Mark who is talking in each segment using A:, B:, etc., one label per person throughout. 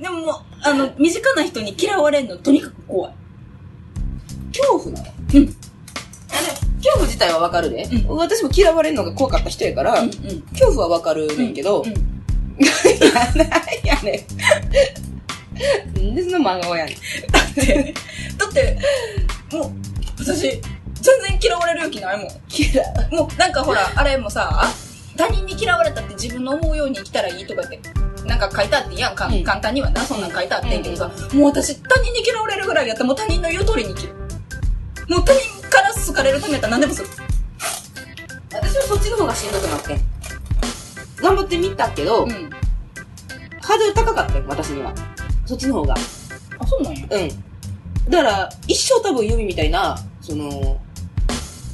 A: でももう、あの、身近な人に嫌われるのとにかく怖い。
B: 恐怖なの
A: うん
B: あでも恐怖自体はわかるで、
A: うん
B: 私も嫌われるのが怖かった人やから、
A: うんうん。
B: 恐怖はわかるねんけど、
A: うん
B: いや、なんやねん。なんでその真顔やねん。
A: だって、もう、私、全然嫌われる勇気ないもん。
B: 嫌い。
A: もう、なんかほら、あれもさ、他人に嫌われたって自分の思うように生きたらいいとかって、なんか書いてあっていいやん。かん
B: うん
A: 簡単にはな、そんなん書いてあってんけどさ、もう私、他人に嫌われるぐらいやったらもう他人の言う通りに生きる。もう他人から好かれるためやったら何でもする。
B: 私はそっちの方がしんどくなってん。頑張ってみたけど、
A: うん。
B: ハードル高かったよ、私には。そっちの方が。
A: あ、そうなんや。
B: うん。だから、一生多分ユミみたいな、その、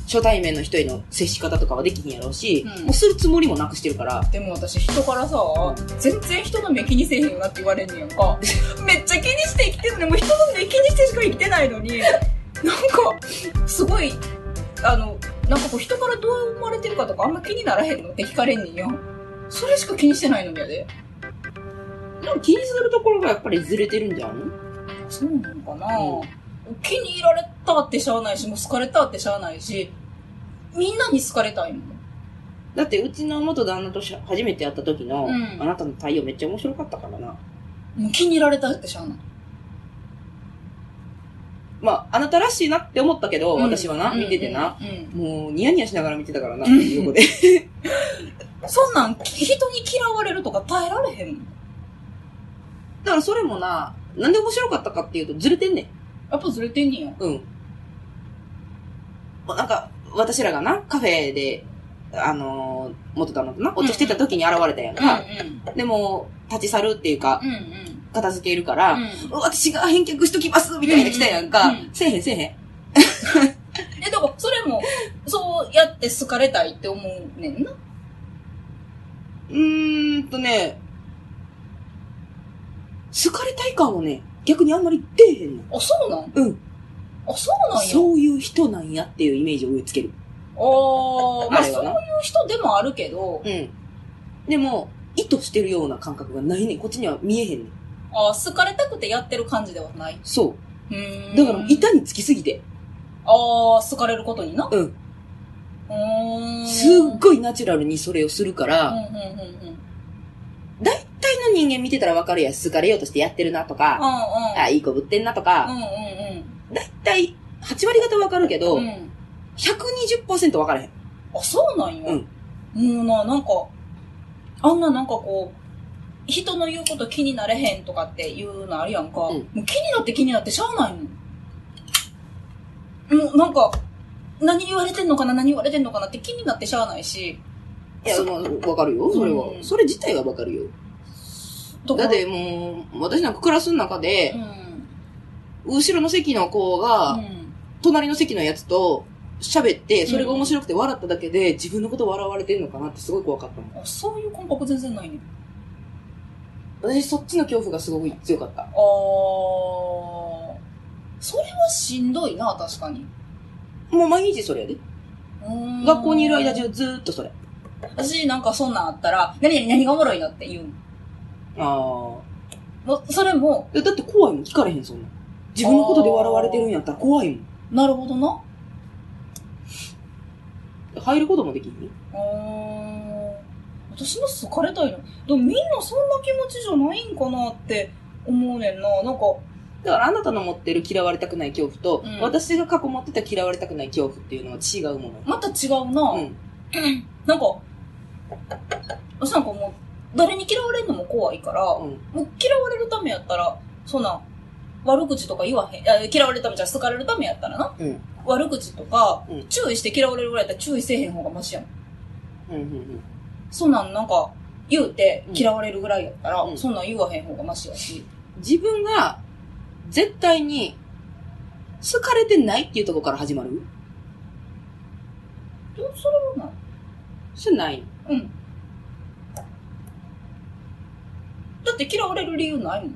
B: 初対面の人への接し方とかはできひんやろうし、
A: うん
B: もうするつもりもなくしてるから、
A: でも私人からさ、全然人の目気にせえへんよなって言われんねやん か。めっちゃ気にして生きてるのに、もう人の目気にしてしか生きてないのに、なんか、すごい、あの、なんかこう人からどう思われてるかとかあんま気にならへんのって聞かれんねんやん。それしか気にしてないのにやで。
B: でも気にするところがやっぱりずれてるんじゃん
A: そうなのかな、
B: う
A: 気に入られたってしゃあないし、もう好かれたってしゃあないし、みんなに好かれたいもん。
B: だって、うちの元旦那とし初めて会った時の、
A: うん
B: あなたの対応めっちゃ面白かったからな。
A: もう気に入られたってしゃあない。
B: まあ、あなたらしいなって思ったけど、私はな、
A: うん
B: 見ててな。。
A: うんうん
B: もう、ニヤニヤしながら見てたからな、
A: うん
B: 横で。
A: そんなん、き人に嫌われるとか耐えられへんの
B: だからそれもな、なんで面白かったかっていうと、ずれてんねん。
A: やっぱずれてんねや。
B: うん。まなんか、私らがな、カフェで、あのー、元旦那とな、お茶してた時に現れたやんか。
A: う
B: でも、立ち去るっていうか、
A: んうん。うん
B: 片付けるから、
A: うん。
B: 私が返却しときますみたいな来たやんか。
A: うん
B: せえへんせえへん。
A: え、だから、それも、そうやって好かれたいって思うねんな。
B: うーんとね、好かれたい感はね、逆にあんまり出えへんの。
A: あ、そうなん
B: うん。
A: あ、そうなんや。
B: そういう人なんやっていうイメージを植え付ける。
A: あー、まあ、
B: あれ
A: そう
B: は
A: い
B: な
A: う人でもあるけど、
B: うん。でも、意図してるような感覚がないねん。こっちには見えへんねん。
A: あー好かれたくてやってる感じではない。
B: そう
A: ー
B: う。
A: ん。
B: だから、板につきすぎて。
A: あー、好かれることにな。
B: うん。
A: うーん。
B: すっごいナチュラルにそれをするか
A: うん
B: ら、
A: うんうんうん。うんうん
B: 大体の人間見てたらわかるやん。好かれようとしてやってるなとか、あ、いい子ぶってんなと
A: うん
B: か、
A: う
B: 大体、8割方わかるけど、
A: んうん。うん。
B: 120%わからへん。
A: あ、そうなんや。
B: うん
A: もうな、なんか、あんななんかこう、人の言うこと気になれへんとかっていうのあるやんか。
B: うん
A: もう気になって気になってしゃあないもん。もうなんか、何言われてんのかな何言われてんのかなって気になってしゃあないし。
B: いや、まあ、わかるよ、それは。
A: うん
B: それ自体はわかるよ。
A: とか
B: だっ、てもう、私なんかクラスの中で
A: う、ん。
B: 後ろの席の子
A: う
B: が、
A: ん
B: 隣の席のやつと喋って、それが面白くて笑っただけで、自分のこと笑われてんのかなってすごい怖かったもん。
A: あそういう感覚全然ないね。
B: 私そっちの恐怖がすごい強かった
A: あ。ー。それはしんどいな、確かに。
B: もう毎日それやで。
A: うーん
B: 学校にいる間中ずーっとそれ。
A: 私なんかそんなんあったら、何々何がおもろいのって言う
B: あ
A: の。もうそれも、
B: あ。だって怖いもん、聞かれへん、そんなん。自分のことで笑われてるんやったら怖いもん。
A: なるほどな。
B: 入ることもできんね
A: あー私も好かれたいな。でもみんなそんな気持ちじゃないんかなって思うねんな。なんか、
B: だからあなたの持ってる嫌われたくない恐怖と、
A: うん
B: 私が過去持ってた嫌われたくない恐怖っていうのは違うもの。
A: また違うな。
B: うん。
A: なんか、私なんかもう、誰に嫌われるのも怖いから、も
B: うん。
A: う嫌われるためやったら、そんな、悪口とか言わへん。あ嫌われるためじゃ好かれるためやったらな。
B: うん。
A: 悪口とか、
B: うん
A: 注意して嫌われるぐらいやったら注意せえへん方がマシやん。
B: うん。うん。
A: そんなんなんか、言うて
B: うん
A: 嫌われるぐらいやったら、
B: うん
A: そんなん言わへん方がマシやし。
B: 自分が絶対に好かれてないっていうところから始まる
A: でもそれはない。
B: それない。
A: うん。だって嫌われる理由ないも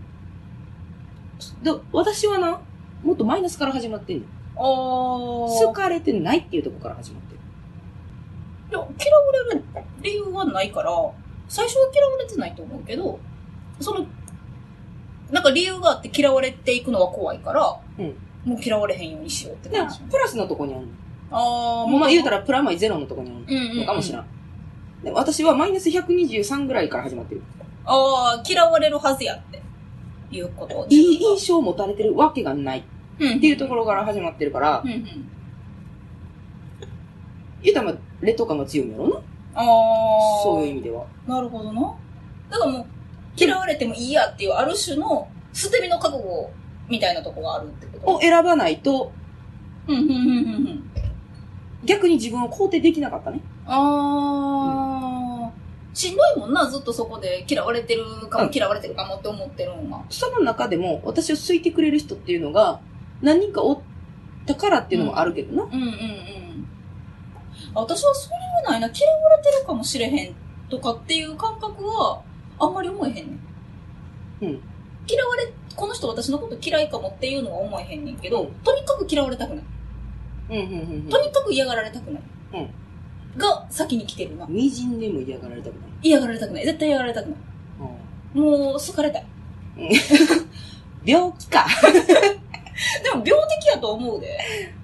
B: だ私はな、もっとマイナスから始まってんの。
A: ん。
B: 好かれてないっていうところから始まってる。
A: いや、嫌われる理由はないから、最初は嫌われてないと思うけど、その、なんか理由があって嫌われていくのは怖いから、
B: うん
A: もう嫌われへんようにしようって
B: で
A: 感じ。
B: プラスのとこにあんの。
A: あー、
B: まあ言うた
A: ら、
B: らプラマイゼロのとこにあん
A: うんうん、う
B: の
A: ん。
B: かもしらん。で私はマイナス123ぐらいから始まってる。
A: ああ、嫌われるはずやって。いうこと。
B: いい印象を持たれてるわけがないっ
A: うん
B: ていうところから始まってるから、
A: うんうん。
B: 言うたらまあ劣等感が強いんやろうな。
A: ああ。
B: そういう意味では。
A: なるほどな。だからもう、嫌われてもいいやっていう、ある種の捨て身の覚悟みたいなとこがあるってこと。
B: を選ばないと、
A: うん、うん、うん、うんうん。
B: 逆に自分を肯定できなかったね。
A: あー。しんどいもんな、ずっとそこで嫌われてるか
B: う
A: も
B: ん、
A: 嫌われてるかもって思ってるんが。
B: その中でも、私を好いてくれる人っていうのが、何人かおったからっていうのもあるけどな。
A: うんうんうん。私はそれはないな。嫌われてるかもしれへんとかっていう感覚は、あんまり思えへんねん。
B: うん
A: 嫌われ、この人私のこと嫌いかもっていうのは思えへんねんけど、
B: うん
A: とにかく嫌われたくない。
B: うん、うん、うん
A: とにかく嫌がられたくない。が先に来てるな
B: う。ん。微塵でも嫌がられたくない。
A: 嫌がられたくない。絶対嫌がられたくない。もう、好かれたい。
B: 病気か。
A: でも、病的やと思うで。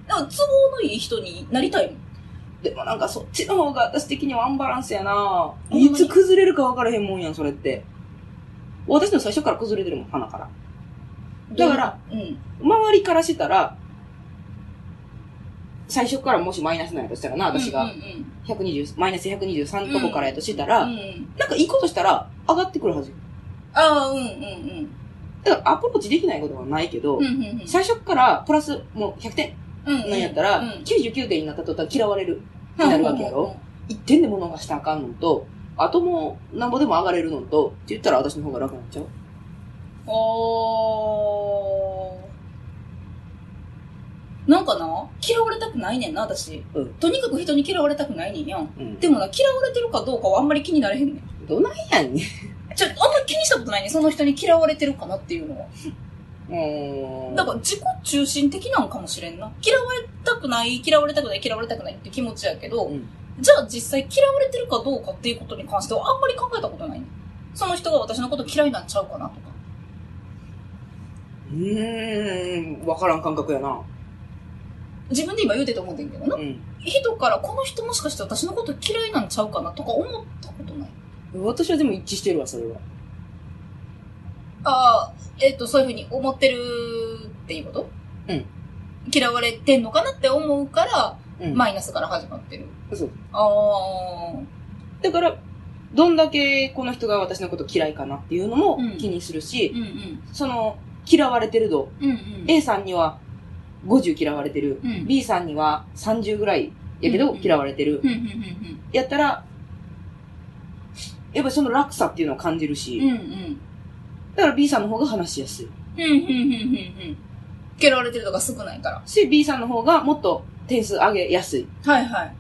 A: だから、都合のいい人になりたいもん。
B: でもなんかそっちの方が私的にはアンバランスやな
A: ほんま
B: い
A: に
B: つ崩れるか分からへんもんやん、それって。私の最初から崩れてるもん、鼻から。だから、
A: うん。
B: 周りからしたら、最初からもしマイナスなんやとしたらな、私
A: うん
B: が
A: うんうん
B: 120、マイナス123とこからやとしたら、
A: うん。
B: なんかいいことしたら上がってくるはずよ。
A: ああ、うんうんうん。
B: だからアプローチできないことはないけど、
A: うんうんうん
B: 最初からプラスもう100点
A: うん
B: なんやったら、99点になった途端嫌われる。になるわけやろ1点でも逃したらあかんのと、あともうなんぼでも上がれるのと、って言ったら私の方が楽になっちゃう。
A: おーなんかな嫌われたくないねんな、私。
B: うん
A: とにかく人に嫌われたくないねんやん。
B: うん。
A: でもな、嫌われてるかどうかはあんまり気になれへんねん。
B: どないやねん。
A: ちょ、あんまり気にしたことないねんその人に嫌われてるかなっていうのは。
B: うーん。
A: だから自己中心的なんかもしれんな。嫌われたくない、嫌われたくない、嫌われたくないって気持ちやけど、
B: うん
A: じゃあ実際嫌われてるかどうかっていうことに関してはあんまり考えたことないねんその人が私のこと嫌いなんちゃうかなとか。
B: うーん、わからん感覚やな。
A: 自分で今言うてと思うてんけどな。
B: うん。
A: 人からこの人もしかして私のこと嫌いなんちゃうかなとか思ったことない。
B: 私はでも一致してるわ、それは。
A: ああ、えっ、と、そういうふうに思ってるっていうこと
B: うん。
A: 嫌われてんのかなって思うから、
B: うん。
A: マイナスから始まってる。
B: あ、そう。
A: ああ、
B: だから、どんだけこの人が私のこと嫌いかなっていうのも
A: うん
B: 気にする
A: うん
B: し、
A: うん。
B: その、嫌われてる度、
A: うんうん。
B: A さんには50嫌われてる、
A: うん
B: B さんには30ぐらいやけ
A: う
B: ど
A: んうん
B: 嫌われてる、
A: うんうんうん
B: やったら、やっぱりその落差っていうのを感じるし、
A: うん。うんうん。
B: だから B さんの方が話しやすい。
A: うんうんうんうんうん。嫌われてるとか少ないから。
B: し、B さんの方がもっと点数上げやすい。
A: はいはい。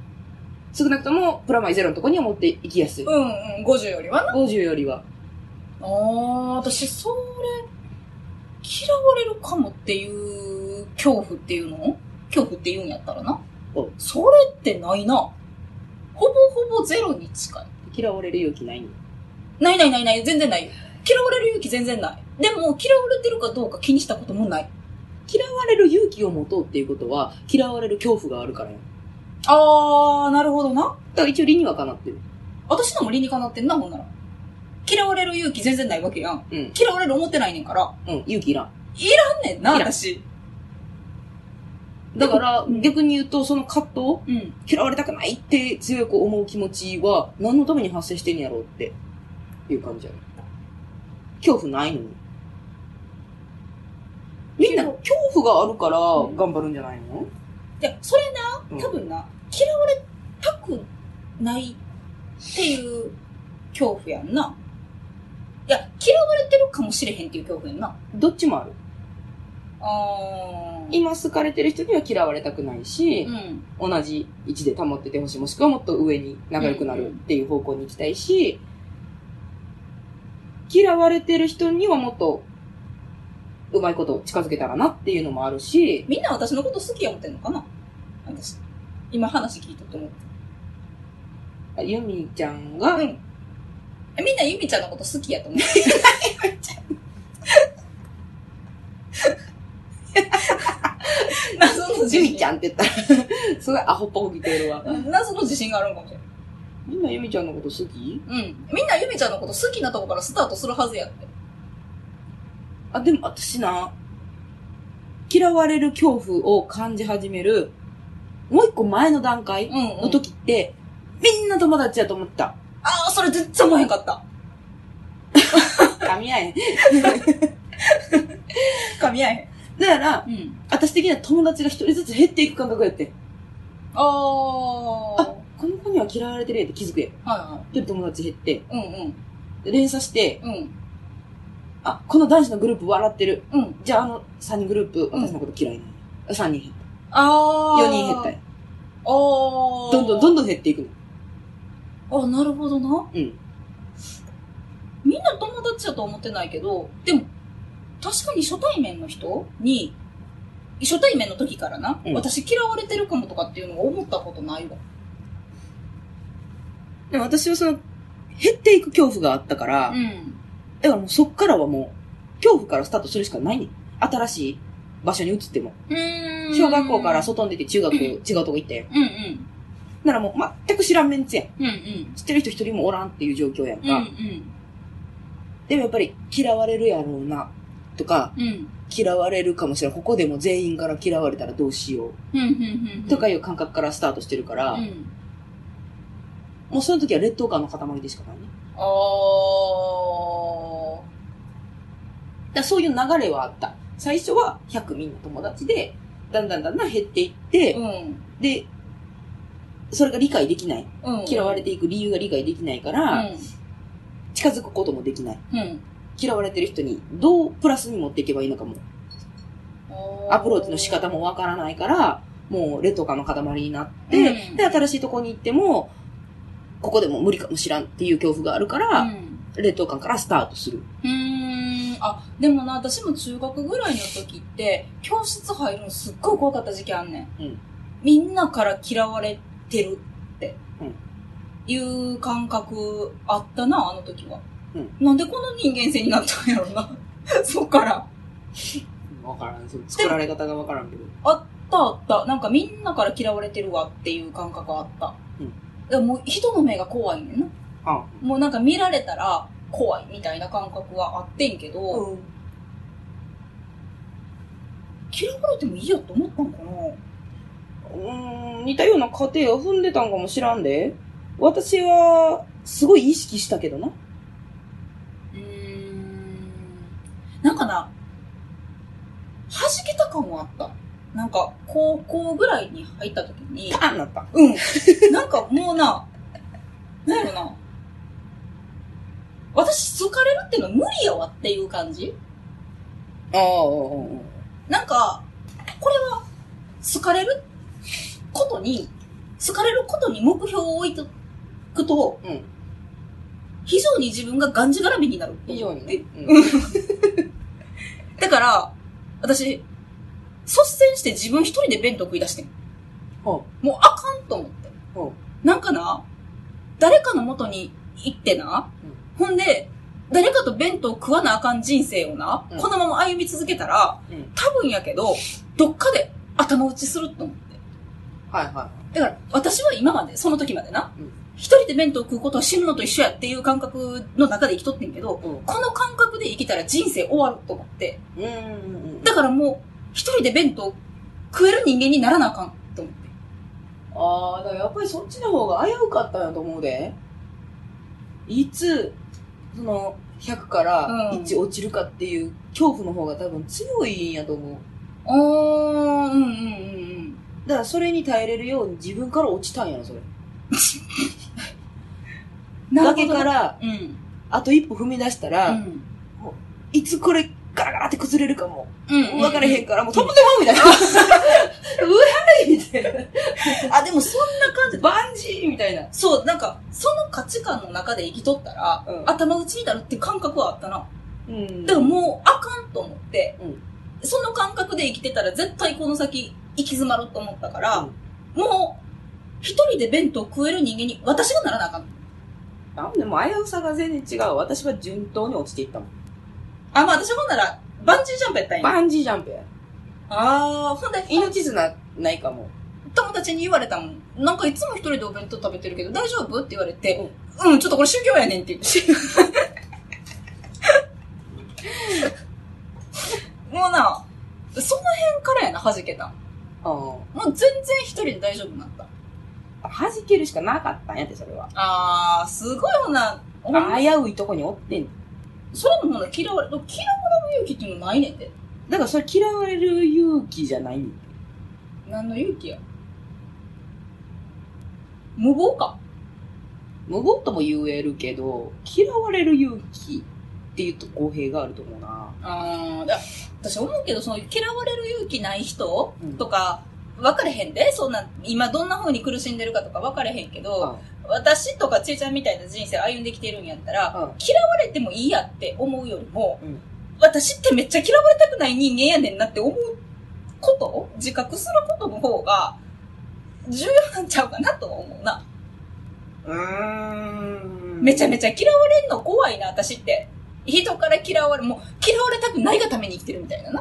B: 少なくともプラマイゼロのとこには持っていきやすい。
A: うんうん、50よりはな。
B: 50よりは。
A: ああ、私、それ、嫌われるかもっていう恐怖っていうの恐怖って言うんやったらな
B: うん。
A: それってないな。ほぼほぼゼロに近い。
B: 嫌われる勇気ないんだ
A: ないないないない、全然ないよ。嫌われる勇気全然ない。でも、嫌われてるかどうか気にしたこともない。
B: 嫌われる勇気を持とうっていうことは、嫌われる恐怖があるからよ。
A: あー、なるほどな。
B: だから一応理にはかなってる。
A: 私のも理にかなってんな、ほんなら。嫌われる勇気全然ないわけやん。
B: うん。
A: 嫌われる思ってないねんから。
B: うん、勇気いらん。
A: あんねんな、
B: いや
A: 私。
B: だから
A: う、ん
B: 逆に言うと、その葛藤
A: うん。
B: 嫌われたくないって強く思う気持ちは何のために発生してんやろうっていう感じやね恐怖ないのにみんな
A: けど
B: 恐怖があるから
A: うん
B: 頑張るんじゃないの、
A: いや、それな、
B: うん
A: 多分な、嫌われたくないっていう恐怖やんな。いや、嫌われてるかもしれへんっていう恐怖やんな。
B: どっちもある
A: あー。
B: 今好かれてる人には嫌われたくないし
A: う、ん。
B: 同じ位置で保っててほしいもしくはもっと上に仲良くなるっていう方向に行きたいし、嫌われてる人にはもっとうまいこと近づけたらなっていうのもあるし、
A: みんな私のこと好きや思ってんのかな私。今話聞いとって思っ
B: ユミちゃん が、
A: うんた。みんなゆみちゃんのこと好きやと思う。
B: ジュミちゃんって言ったら、 すごいアホっぽく聞いてるわ。
A: 謎の自信があるんかもしれない。
B: みんなユミちゃんのこと好き
A: うん。みんなゆみちゃんのこと好きなとこからスタートするはずやって。
B: あ、でも私な、嫌われる恐怖を感じ始める、もう一個前の段階
A: うん、う
B: の
A: ん。と
B: 時って、みんな友達やと思ってた。
A: ああ、それ全然思わへんかった。
B: 噛み合えん。
A: 噛み合え
B: だから、
A: へん。うん。
B: 私的には友達が一人ずつ減っていく感覚やってん。
A: ああ。
B: あ、この子には嫌われてるやんって気づくやん。
A: は
B: 一人友達減って、
A: いはい。うん
B: で連鎖して、
A: うん。うん。
B: あ、この男子のグループ笑ってる。
A: うん。
B: じゃああの3人グループ、私のこと嫌いなの。3人減っ
A: あ
B: た。
A: あ。
B: 4人減ったよ。
A: ああ。
B: どんどんどんどん減っていくの。
A: あ、なるほどな。
B: うん。
A: みんな友達だと思ってないけど、でも、確かに初対面の人に、初対面の時からな、
B: うん
A: 私嫌われてるかもとかっていうのを思ったことないわ。
B: でも私はその、減っていく恐怖があったから、
A: うん。
B: だからもうそっからはもう、恐怖からスタートするしかないねん。新しい場所に移っても。
A: うーん。
B: 小学校から外に出て中学、違うとこ行ったやん。
A: うんうん。
B: ならもう全く知らんメンツやん。
A: うんうん。
B: 知ってる人一人もおらんっていう状況やん
A: うんう
B: か。
A: ん。
B: でもやっぱり嫌われるやろうな。とか、
A: うん。
B: 嫌われるかもしれん。ここでも全員から嫌われたらどうしよ
A: うんうんうんうん。
B: う。とかいう感覚からスタートしてるから、
A: うん。
B: もうその時は劣等感の塊でしかないね。
A: あー。
B: だからそういう流れはあった。最初は100みんな友達で、だんだんだんだん減っていって、
A: うん。
B: で、それが理解できない。
A: うん。
B: 嫌われていく理由が理解できないか
A: う
B: ら、
A: ん。
B: 近づくこともできない。
A: うん。
B: 嫌われてる人にどうプラスに持っていけばいいのかも。アプローチの仕方もわからないから、もうレトカの塊になって、
A: うん
B: で、新しいとこに行っても、ここでも無理かもしらんっていう恐怖があるか
A: う
B: ら、
A: ん
B: 劣等感からスタートする。
A: うーん。あ、でもな、私も中学ぐらいの時って、教室入るのすっごい怖かった時期あんねん。
B: うん
A: みんなから嫌われてるって、
B: うん
A: いう感覚あったな、あの時は。
B: うん
A: なんでこの人間性になったんやろな。 そっから。
B: わからん。その作られ方がわからんけど。
A: あったあった。なんかみんなから嫌われてるわっていう感覚あった。
B: うん
A: でももう人の目が怖いねんな。
B: あ
A: もうなんか見られたら怖いみたいな感覚はあってんけど、
B: うん。
A: 嫌われてもいいやと思ったんかな
B: うん、似たような過程を踏んでたんかもしらんで。私は、すごい意識したけどな。
A: うーんなんかな、弾けた感はあった。なんか、高校ぐらいに入った時に、
B: パーンなった。
A: うん。なんかもうな、なんやろな。私、好かれるっていうのは無理やわっていう感じ
B: ああ、うんうん。
A: なんか、これは、好かれることに、好かれることに目標を置いてくと、
B: うん
A: 非常に自分ががんじがらみになる。
B: 以上にね。
A: だから、私、率先して自分一人で弁当食い出してん。
B: ほ
A: もうあかんと思って。
B: ほ
A: なんかな、誰かの元に行ってな、ほんで、誰かと弁当食わなあかん人生をな、
B: うん
A: このまま歩み続けたら、
B: うん
A: 多分やけど、どっかで頭打ちすると思って。
B: はいは
A: だから、私は今まで、その時までな
B: うん、
A: 一、人で弁当食うことは死ぬのと一緒やっていう感覚の中で生きとってんけど、
B: い。うん。
A: この感覚で生きたら人生終わると思って、
B: うんうんうん。
A: だからもう、一人で弁当食える人間にならなあかんと思って。
B: ああ、だからやっぱりそっちの方が危うかったんやと思うで。いつ、その、100から
A: うん
B: 1落ちるかっていう恐怖の方が多分強いんやと思う。
A: あー、うんうんうん
B: だからそれに耐えれるように自分から落ちたんやろ、それ。
A: うん。
B: 崖か。ら、
A: うん。
B: あと一歩踏み出した
A: う
B: ら、
A: ん。
B: いつこれ、ガラガラって崩れるかも。
A: うん。
B: 分かれへん
A: ん。
B: から、もう飛んでまうみたい な。うわいみたいな。
A: あ、でもそんな感じ。
B: バンジーみたいな。
A: そう、なんか、その価値観の中で生きとったら、
B: うん
A: 頭打ちになるって感覚はあったな。
B: うん
A: だからもう、あかんと思って、
B: うん
A: その感覚で生きてたら絶対この先行き詰まると思ったから、
B: うん
A: もう、一人で弁当食える人間に私がならなあかん。
B: なんでも危うさが全然違う。私は順当に落ちていったもん。
A: あ、まあ私はほんなら、バンジージャンプやったんや。
B: バンジージャンプや。
A: あー、ほんで、
B: 命綱ないかも。
A: 友達に言われたもん。なんかいつも一人でお弁当食べてるけど大丈夫って言われて、うん、ちょっとこれ宗教やねんって言 って。もうな、その辺からやな、弾けたん。
B: あ
A: もう全然一人で大丈夫になった。
B: あ。弾けるしかなかったんやって、それは。
A: あー、すごいほな、ほんま
B: 危ういとこにおってん。
A: それもほな嫌われ、嫌われる勇気っていうのないねんで。
B: だからそれ嫌われる勇気じゃないねん
A: 何の勇気や無謀か。
B: 無謀とも言えるけど、嫌われる勇気っていうと公平があると思うな。
A: あーいや私思うけど、その嫌われる勇気ない人、
B: うん
A: とか、分かれへんで、そんな、今どんな風に苦しんでるかとか分かれへんけど、
B: は
A: 私とかちえちゃんみたいな人生歩んできてるんやったら、
B: は
A: 嫌われてもいいやって思うよりも、
B: うん
A: 私ってめっちゃ嫌われたくない人間やねんなって思うこと自覚することの方が、重要なんちゃうかなとは思うな。
B: うーん
A: めちゃめ
B: ち
A: ちゃ嫌われんの怖いな、私って。人から嫌われ、もう嫌われたくないがために生きてるみたいなな。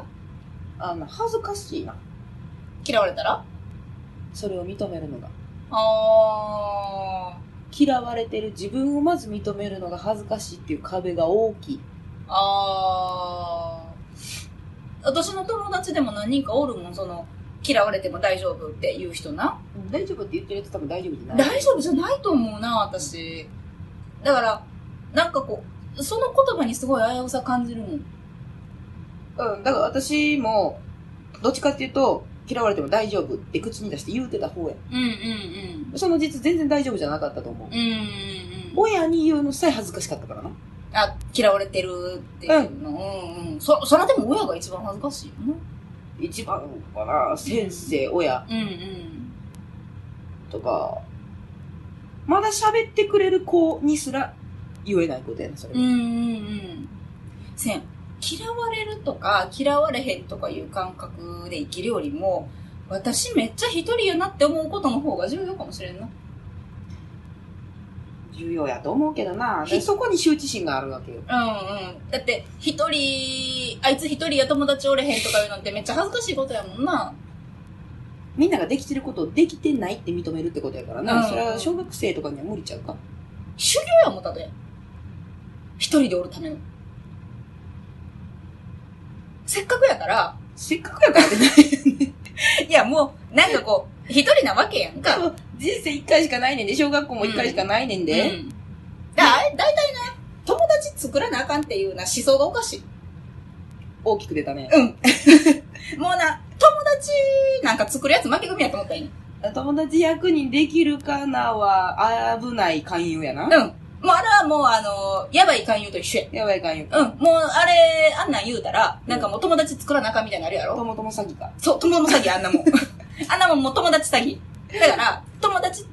B: ゃ。あの、恥ずかしいな。
A: 嫌われたら
B: それを認めるのが。
A: あ
B: 嫌われてる自分をまず認めるのが恥ずかしいっていう壁が大きい。
A: ー、あー。私の友達でも何人かおるもん、その、嫌われても大丈夫って言う人な。
B: 大丈夫って言ってるやつ多分大丈夫じゃない。
A: 大丈夫じゃないと思うな、私。だから、なんかこう、その言葉にすごい危うさ感じるもん。
B: うん、だから私も、どっちかっていうと、嫌われても大丈夫って口に出して言うてた方や。
A: うんうん
B: その実全然大丈夫じゃなかったと思う。
A: うん。うんうんうん。
B: 親に言うのさえ恥ずかしかったからな。
A: あ、嫌われてるっていうの。うんうん。そ、それでも親が一番恥ずかしいよね。
B: 一番かな、先生、親、
A: うんうん。
B: とか、まだ喋ってくれる子にすら言えないことやな、それ
A: う
B: は。
A: んうんうん。せん。嫌われるとか、嫌われへんとかいう感覚で生きるよりも、私めっちゃ一人やなって思うことの方が重要かもしれんな。
B: 重要やと思うけどな。
A: ひ
B: そこに羞恥心があるわけよ。
A: うんうん。だって、一人、あいつ一人や友達おれへんとかいうのってめっちゃ恥ずかしいことやもんな。
B: みんなができてることをできてないって認めるってことやからな。
A: うん
B: それは小学生とかには無理ちゃうか。
A: 修行やもん、たとえ。一人でおるための。せっかくやから、
B: せっかくやからってない。
A: いやもう、なんかこう、一人なわけやんか。
B: 人生一回しかないねんで、小学校も一回しかないねんで。
A: うんだ、あれ、大体ね、友達作らなあかんっていうな思想がおかしい。
B: 大きく出たね。
A: うん。 もうな、友達なんか作るやつ負け組やと思ったらいいね
B: 友達100人できるかなは危ない勧誘やな。
A: うん。もうあれはもうあの、やばい勧誘と一緒や。
B: やばい勧誘。
A: うん。もうあれ、あんなん言うたら、なんかもう友達作らなあかんみたいになるやろ
B: ともとも詐欺か。
A: そう、友も詐欺、あんなもん。 あんなもんもう友達詐欺。だから、友達、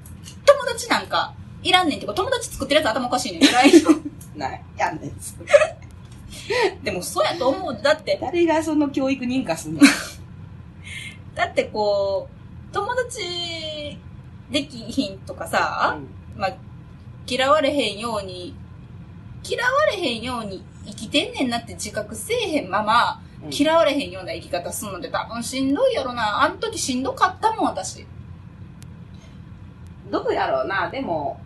A: 友達なんか、いらんねんけど、友達作ってるやつ頭おかしいね ん。偉い
B: ない。やんねん。
A: でも、そうやと思う。だって、
B: 誰がその教育認可すんの
A: だってこう、友達できひんとかさ、まあ、嫌われへんように、嫌われへんように生きてんねんなって自覚せえへんまま、
B: うん
A: 嫌われへんような生き方すんのって多分しんどいやろな。あの時しんどかったもん、私。
B: どうやろうな、でも、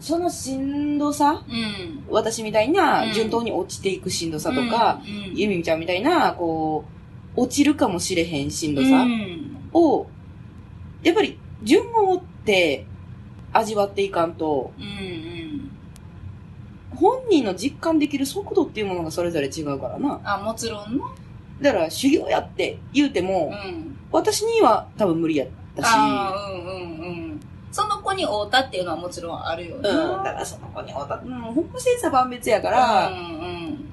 B: そのしんどさ、
A: うん。
B: 私みたい
A: うん
B: な順当に落ちていくしんどさとか、
A: うん、うん
B: ゆみみちゃんみたいな、こう、落ちるかもしれへんしんど
A: う
B: さ
A: ん
B: を、やっぱり順を追って味わっていかんと、
A: うんうん
B: 本人の実感できる速度っていうものがそれぞれ違うからな。
A: あもちろんな
B: だから修行やって言うて
A: う
B: も、
A: ん
B: 私には多分無理やったし、
A: あーうんうんうんその子に会うたっていうのはもちろんあるよ
B: うん、
A: ね
B: だからその子に会うた、うん、ほんま千差万別やから、
A: うんうん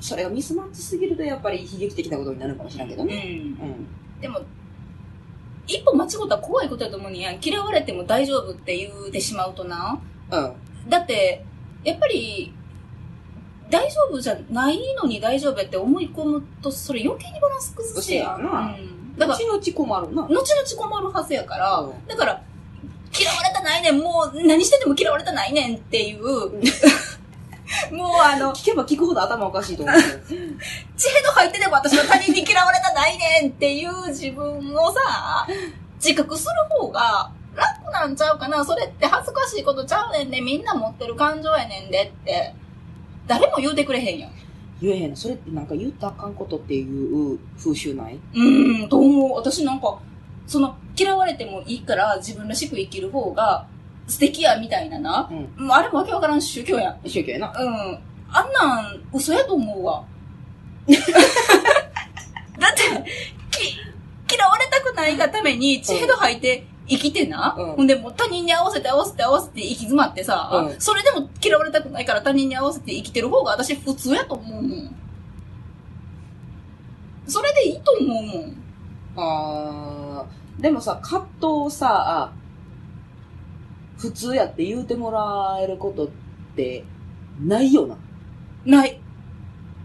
B: それがミスマッチすぎるとやっぱり悲劇的なことになるかもしれんけど
A: う
B: ね。
A: ん
B: うん。
A: でも一歩間違ったら怖いことやと思うにやん嫌われても大丈夫って言うてしまうとな
B: うん。
A: だってやっぱり大丈夫じゃないのに大丈夫やって思い込むとそれ余計にバランス崩すやん
B: そうやな
A: うんだ
B: だ
A: か
B: からら、後々困るな。
A: 後々困るはずやから、
B: うん
A: だから、 嫌われたないねん、もう何してても嫌われたないねんっていう、もうあの、
B: 聞けば聞くほど頭おかしいと思うんですよ。
A: 知恵の入ってでも私は他人に嫌われたないねんっていう自分をさ、自覚する方が楽なんちゃうかな。それって恥ずかしいことちゃうねんで、みんな持ってる感情やねんでって、誰も言うてくれへんやん。
B: 言えへんの。それってなんか言ったらあかんことっていう風習ない
A: うん、と思う。私なんか、その、嫌われてもいいから自分らしく生きる方が素敵やみたいなな。
B: うん。
A: うん、あれもわけわからん宗教やん。
B: 宗教やな。
A: うん。あんなん、嘘やと思う わ。だって、き、嫌われたくないがために、血ヘド吐いて生きてな。
B: うん
A: ほんで、もう他人に合わせて合わせて合わせて行き詰まってさ、
B: うん
A: それでも嫌われたくないから他人に合わせて生きてる方が私普通やと思うもん。それでいいと思うもん。
B: あーでもさ、葛藤をさ、普通やって言うてもらえることってないよな。
A: ない。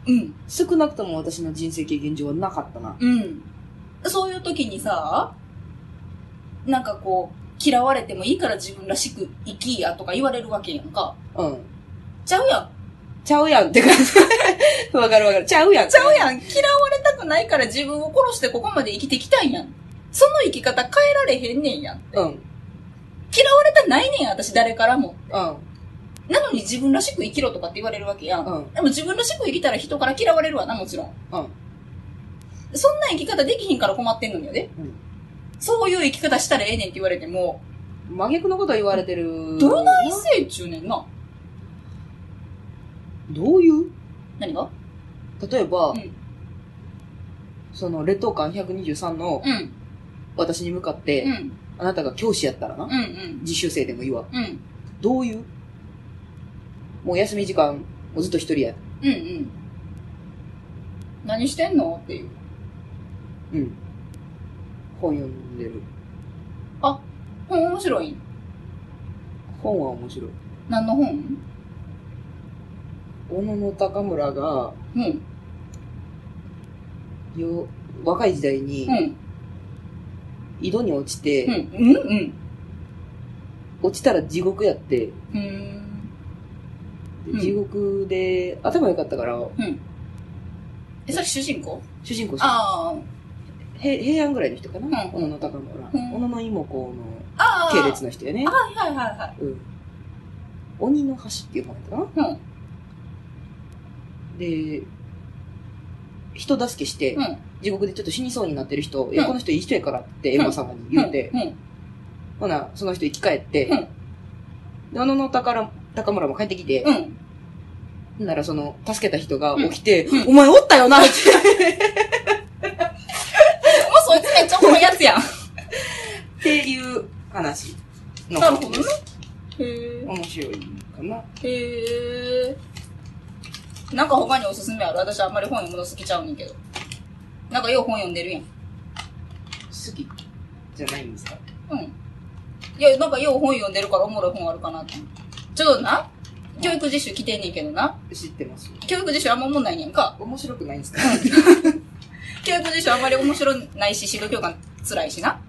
A: うん。
B: 少なくとも私の人生経験上はなかったな。
A: うん。そういう時にさ、なんかこう、嫌われてもいいから自分らしく生きやとか言われるわけやんか。
B: うん。
A: ちゃうやん。
B: ちゃうやんって感じ。 わかるわかる。ちゃうやん。
A: ちゃうやん。嫌われたくないから自分を殺してここまで生きてきたんやん。その生き方変えられへんねんやん。
B: うん。うん。
A: 嫌われたないねん、私誰からも。なのに自分らしく生きろとかって言われるわけやん。
B: うん。
A: でも自分らしく生きたら人から嫌われるわな、もちろん。
B: うん。
A: そんな生き方できひんから困ってんのにやで。
B: うん
A: そういう生き方したらええねんって言われても、
B: 真逆のこと言われてる。
A: どないせいちゅうねんな。
B: どういう
A: 何が
B: 例えば、
A: うん
B: その、劣等感123の
A: うん。
B: 私に向かって、
A: うん。
B: あなたが教師やったらな、
A: うん。うん。
B: 実習生でもいいわ。
A: うん。
B: どういうもう休み時間、もうずっと一人や。
A: うん。うん。何してんのっていう。
B: うん。本読んでる。
A: 本面白い
B: 本は面白い。
A: 何の本
B: 小野の高村が、
A: うん。
B: よ、若い時代に
A: う、ん。
B: 井戸に落ちて、
A: うん。うん。うん。
B: 落ちたら地獄やって、
A: うーん。
B: で
A: うん
B: 地獄で、頭良かったから、
A: え、それ主人公
B: 主人公し
A: あ
B: へ平安ぐらいの人かな、
A: ん
B: 小野の高村。
A: うん
B: 小野の妹子
A: あ。あ
B: の
A: あ。
B: 系列の人やね。
A: はいはいはいはい。
B: うん。鬼の橋っていう本やったかな
A: うん
B: で、人助けして、
A: うん
B: 地獄でちょっと死にそうになってる人、いや、
A: うん
B: この人いい人やからってエマ様に言うて、
A: うん。うん
B: ほな、その人生き返って、
A: うん
B: で、あのの宝、高村も帰ってきて、
A: うん。
B: ほんならその、助けた人が
A: うん
B: 起きて、
A: うん
B: お前おったよなって、
A: もうそいつめっちゃ重いやつやん。
B: っていう話の
A: なるほどね
B: です。
A: へ
B: 面白いかな。
A: え。へえ。なんか他におすすめある私あんまり本読むの好きちゃうねんけど。なんかよう本読んでるやん。
B: 好きじゃないんですか
A: うん。いや、なんかよう本読んでるからおもろい本あるかなって。ちょっとな、教育実習来てんねんけどな。
B: 知ってます
A: 教育実習あんまおもんないねんか。
B: 面白くないんですか
A: 教育実習あんまり面白ないし、指導教官辛いしな。
B: あ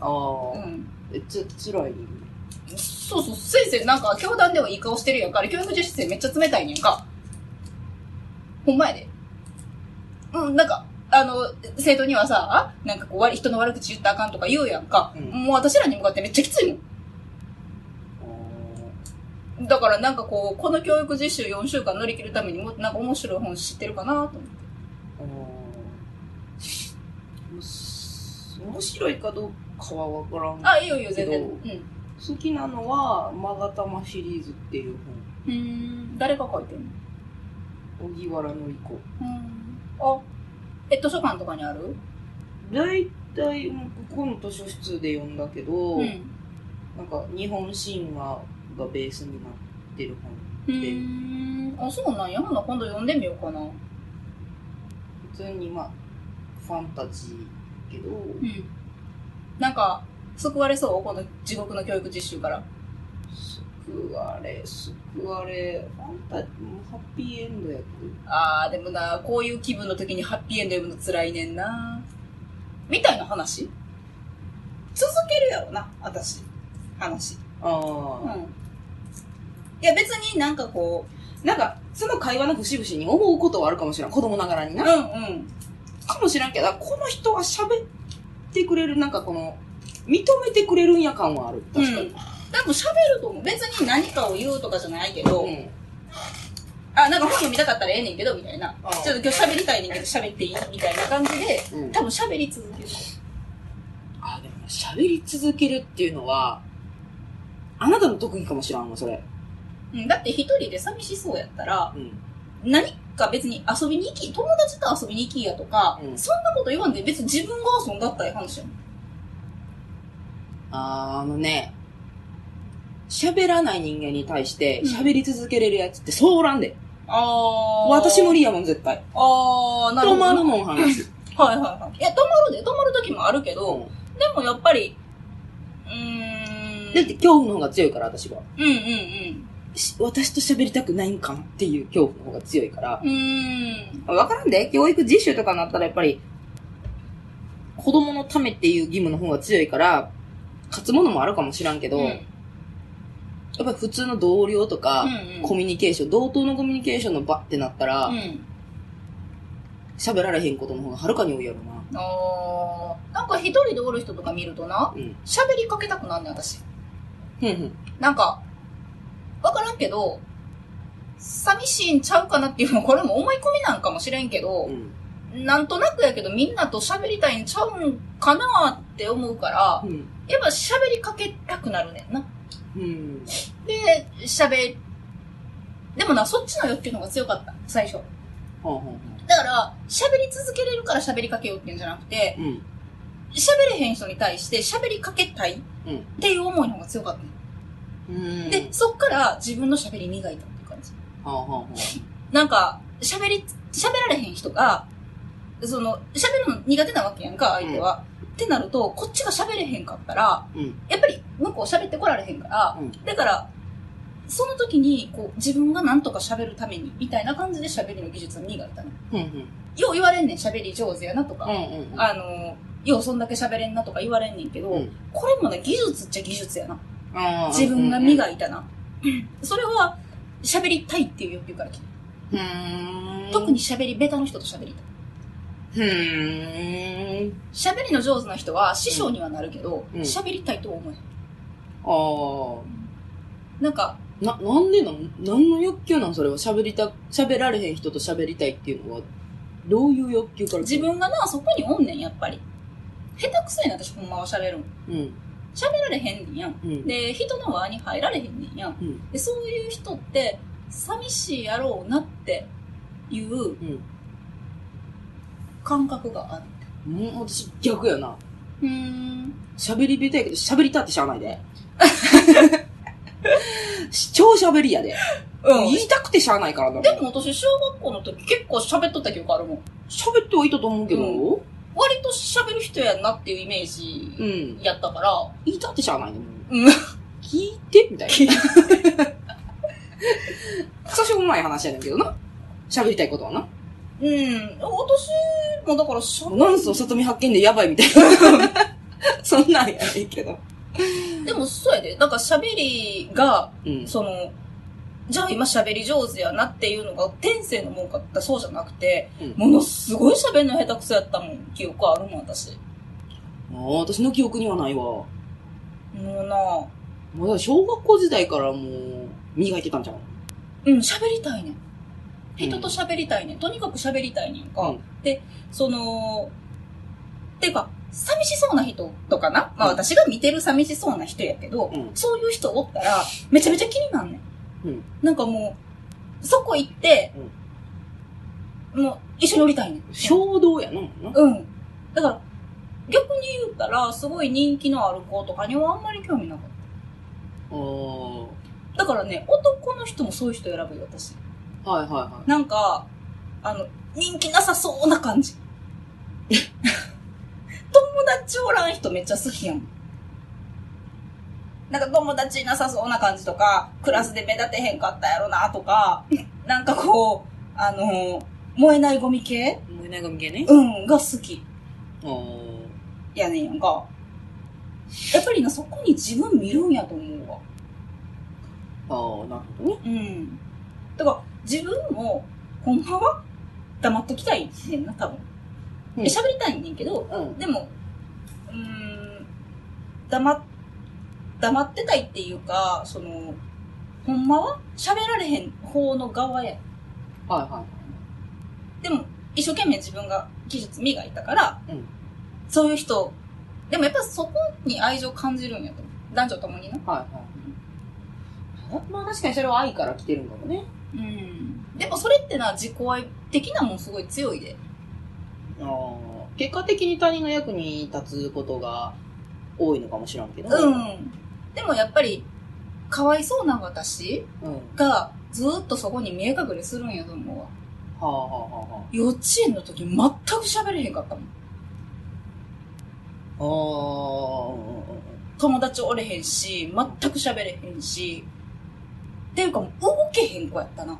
B: あ
A: う。ん。
B: え、つ、辛い。
A: そうそう、先生なんか教団ではいい顔してるやんか。あれ教育実習生めっちゃ冷たいねんか。ほんまやで。うん、なんか、あの、生徒にはさ、なんかこう悪い、人の悪口言ったらあかんとか言うやんか。
B: うん
A: もう私らに向かってめっちゃきついもん。だからなんかこう、この教育実習4週間乗り切るためにも、なんか面白い本知ってるかなと思って。
B: ああ。す面白いかどうかはわからん。
A: あ、いいよいいよ、全然。
B: けど
A: うん。
B: 好きなのは、まがたまシリーズっていう
A: うーん、誰が書いてんの
B: 本。小木原のり子。
A: うん。あ、え、図書館とかにある
B: だいたい、もうここの図書室で読んだけど、
A: うん。
B: なんか、日本神話がベースになってる本。
A: うーん。あ、そうなんや。ほな、今度読んでみようかな。う
B: 普通に、まあ、ファンタジーけど、
A: ん。なんか、救われそうこの地獄の教育実習から。
B: 救われ、救われ、ファンタジー、ハッピーエンドやけど、
A: あー、でもな、こういう気分の時にハッピーエンド読むの辛いねんな。みたいな話続けるやろな、私。話。
B: ああ、
A: うんいや別になんかこなんか、
B: その会話の節々に思うことはあるかもしれん。子供ながらに
A: うん
B: な。
A: うん。
B: かもしれんけど、この人は喋ってくれる、なんかこの、認めてくれるんや感はある。確かに。
A: 多分喋ると思う。別に何かを言うとかじゃないけど、
B: うん
A: あ、なんか本読みたかったらええねんけど、みたいな
B: ああ。
A: ちょっと今日喋りたいねんけど喋っていいみたいな感じで、
B: うん
A: 多分喋り続ける。
B: あ、でもな喋り続けるっていうのは、あなたの特技かもしらんわ、それ。
A: うん、だって一人で寂しそうやったら、
B: うん。
A: 何か別に遊びに行き、友達と遊びに行きやとか、
B: うん
A: そんなこと言わんで別に自分が遊んだったらいい話やもん。
B: あーあのね、喋らない人間に対して
A: うん
B: 喋り続けれるやつってそうおらんで。
A: あ
B: 私無理やもん、絶対。
A: あー、なるほ
B: 止
A: ど。
B: まるもん、話。
A: はいはいはい。いや、止まるで、止まる時もあるけど、でもやっぱり、うーん。
B: だって恐怖の方が強いから、私は。
A: うんうんうん。
B: し私と喋りたくないんかなっていう恐怖の方が強いから。
A: うーん。
B: わからんで、教育実習とかになったらやっぱり、子供のためっていう義務の方が強いから、勝つものもあるかもしらんけど、
A: うん
B: やっぱり普通の同僚とか、
A: うんうん
B: コミュニケーション、同等のコミュニケーションの場ってなったら
A: う、ん。
B: 喋、られへんことの方がはるかに多いやろな。
A: あーなんか一人でおる人とか見るとな、
B: うん。
A: 喋りかけたくなんねん、私。
B: ふんふん。
A: なんか、わからんけど、寂しいんちゃうかなっていうのこれも思い込みなんかもしれんけど、
B: うん。
A: なんとなくやけどみんなと喋りたいんちゃうんかなって思うから
B: う、ん。
A: やっぱ喋りかけたくなるねんな。
B: うん。
A: で、喋、でもな、そっちの欲求の方が強かった、最初。
B: ほうほ
A: だから、喋り続けれるから喋りかけようっていうんじゃなくて、
B: うほう。うん。
A: 喋れへん人に対して喋りかけたいっ
B: うん
A: ていう思いの方が強かったね、
B: うん。
A: で、そっから自分の喋り磨いたっていう感じ。
B: ほうほうほう。
A: なんか、喋り、喋られへん人が、その、喋るの苦手なわけやんか、相手は。ってなると、こっちが喋れへんかったら、
B: うん。
A: やっぱり向こう喋ってこられへんから、
B: うん
A: だから、その時に、こう、自分が何とか喋るために、みたいな感じで喋りの技術を磨いたの。
B: ふんふん。
A: よう言われんねん、喋り上手やなとか、
B: うんうんうん。
A: あの、ようそんだけ喋れんなとか言われんねんけど、
B: うん
A: これもね、技術っちゃ技術やな。
B: あー、
A: 自分が
B: い
A: 磨いたな。それは、喋りたいっていう欲求から来てる。
B: うーん。
A: 特に。喋り、ベタの人と喋りたい。
B: うーん。
A: 喋りの上手な人は師匠にはなるけど、
B: うん
A: 喋、りたいとは思えへん。
B: あ
A: なんか、
B: あ。な、なんでなん、何の欲求なんそれは喋りた、喋られへん人と喋りたいっていうのは、どういう欲求から
A: 自
B: 来てる。
A: 分がな、そこにおんねん、やっぱり。下手くそやな、私ほんまは喋るん。
B: うん。
A: 喋られへんねんやん。
B: うん。
A: で、人の輪に入られへんねんやん。
B: うん。
A: で、そういう人って、寂しいやろうなっていう
B: うん。
A: 感覚がある。
B: もう私逆やな。
A: うーん。
B: 喋りべたいけど、喋りたってしゃあな いで。超喋りやで。
A: うん。
B: 言いたくてしゃあないからな。
A: でも私、小学校の時結構喋っとった記憶あるもん。
B: 喋ってはいたと思うけど。う
A: 割と喋る人やなっていうイメージ
B: ん。
A: やったから、
B: 言いたってしゃあないね。もう
A: うん。
B: 聞いてみたいな。 くそしょうもない話やねんけどな。喋りたいことはな。
A: うん。私もだから喋る
B: ナンスの里見発見でやばいみたいな。 そんなんやねんけど。
A: でもそうやで。なんか喋りが、
B: うん。
A: その、じゃあ今喋り上手やなっていうのが天性のもんかったらそうじゃなくて、
B: うん
A: ものすごい喋るの下手くそやったもん。記憶あるもん、私。
B: ああ私の記憶にはないわ。
A: もうな
B: まだ小学校時代からもう、磨いてたんちゃう
A: うん、喋りたいねん。人と喋りたいねん。とにかく喋りたいねんか。
B: うん
A: で、その、ていうか、寂しそうな人とかな。まあ
B: うん
A: 私が見てる寂しそうな人やけど、
B: うん
A: そういう人おったら、めちゃめちゃ気になんねん。
B: うん
A: なんかもう、そこ行って、もう一緒に降りたいねん。
B: 衝動やな、もうな。
A: うん。だから、逆に言ったら、すごい人気のある子とかにはあんまり興味なかっ
B: ああ。
A: た。だからね、男の人もそういう人選ぶよ、私。
B: はいはいは
A: なんか、あの、人気なさそうな感じ。 友達おらん人めっちゃ好きやん。なんか友達いなさそうな感じとか、クラスで目立てへんかったやろなとか、なんかこう、あの、燃えないゴミ系
B: い。もう長見系ね。
A: うん、が好き
B: ああ。
A: やねんやんか。やっぱりな、そこに自分見るんやと思うわ。
B: ああ、なるほどね。
A: うん。だから、自分も、ほんまは黙っときたいねんな、多分。
B: うん
A: で喋りたいねんけど、
B: うん。
A: でも、うーん、黙っ、黙ってたいっていうか、その、ほんまは喋られへん方の側や。
B: はいは
A: でも、一生懸命自分が技術磨いたから、
B: うん
A: そういう人、でもやっぱそこに愛情感じるんやと思う。男女ともにな。
B: い。はいはい。まあ確かにそれは愛から来てるんだもんね。
A: うん。でもそれってな、自己愛的なもんすごい強いで。
B: あー結果的に他人の役に立つことが多いのかもしらんけど。
A: う。ん。でもやっぱり、かわいそうな私
B: うん。は
A: がずーっとそこに見え隠れするんやと思うわ。
B: あはあは
A: 幼稚園の時全く喋れへんかったもん。
B: あはあ。あーうんうんうんうん
A: 友達おれへんし、全く喋れへんし。っていうかもう動けへん子やったな。
B: は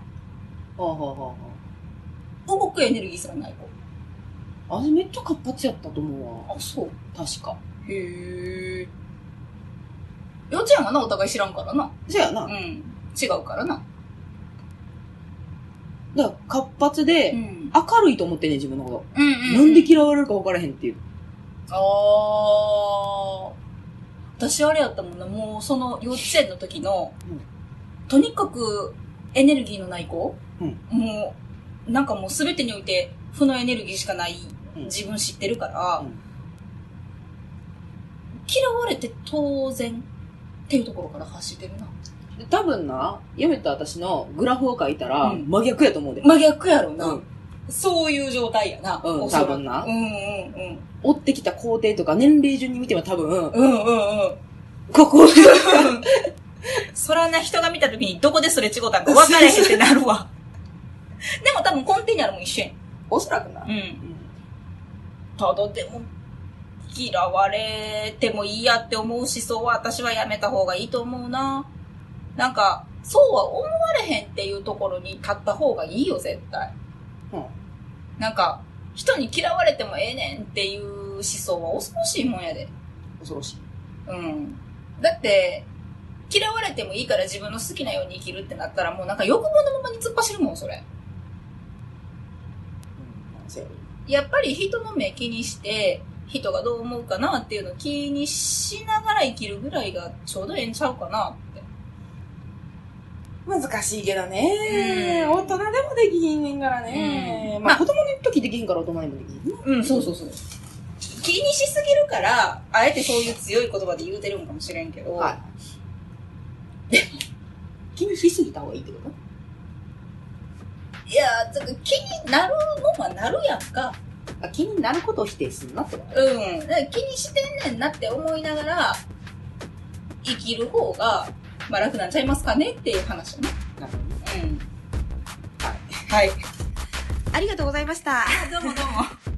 B: あはあはあは
A: 動くエネルギーすらない子。
B: あ。あれめっちゃ活発やったと思うわ。
A: あ、そう。
B: 確か。
A: へえ。幼稚園はな、お互い知らんからな。
B: そやな。
A: うん。違うからな。
B: だから活発で、
A: ん。
B: 明るいと思ってんねん自分のこと。
A: うんうん、う
B: なんで嫌われるか分からへんっていう。
A: ああ。私あれやったもんな、もうその幼稚園の時の、
B: うん
A: とにかくエネルギーのない子、
B: うん
A: もう、なんかもう全てにおいて負のエネルギーしかない
B: うん
A: 自分知ってるから、
B: うん
A: 嫌われて当然っていうところから発してるな。
B: で多分な、嫁と私のグラフを書いたら、
A: うん
B: 真逆やと思うで。
A: 真逆やろな。
B: うん。
A: そういう状態やな。
B: うん、
A: おそら
B: 多
A: く
B: 分な
A: う。んうん
B: 追ってきた工程とか年齢順に見ても多分、
A: うん。うんうんうん。
B: ここ、
A: そらな人が見た時にどこですれ違うたんか分からへんってなるわ。 でも多分コンティニュアルも一緒やん。
B: おそらくな。
A: うん。
B: うん
A: ただでも、嫌われてもいいやって思う思想は私はやめた方がいいと思うな。なんか、そうは思われへんっていうところに立った方がいいよ、絶対。
B: うん
A: なんか、人に嫌われてもええねんっていう思想は恐ろしいもんやで。
B: 恐ろしい。
A: うん。だって、嫌われてもいいから自分の好きなように生きるってなったらもうなんか欲望のままに突っ走るもん、それ。
B: うん、せやろ
A: やっぱり人の目気にして、人がどう思うかなっていうのを気にしながら生きるぐらいがちょうどええんちゃうかなって。
B: 難しいけどね、
A: うん
B: 大人でもできひんねんからね、
A: うん
B: ま
A: ま
B: あ、
A: あ
B: 子供の時できひんから大人にもできひんな
A: うん、そうそうそう。気にしすぎるから、あえてそういう強い言葉で言うてるんかもしれんけど、
B: い。 気にしすぎた方がいいってこと
A: い、やー、ちょっと気になるもんはなるやんか。
B: あ気になることを否定するなってこと
A: うん。だから気にしてんねんなって思いながら、生きる方が、まあ楽なんちゃいますかねっていう話ね。
B: なるほどね
A: うん。
B: はい
A: はい。
C: ありがとうございました。
A: どうもどうも。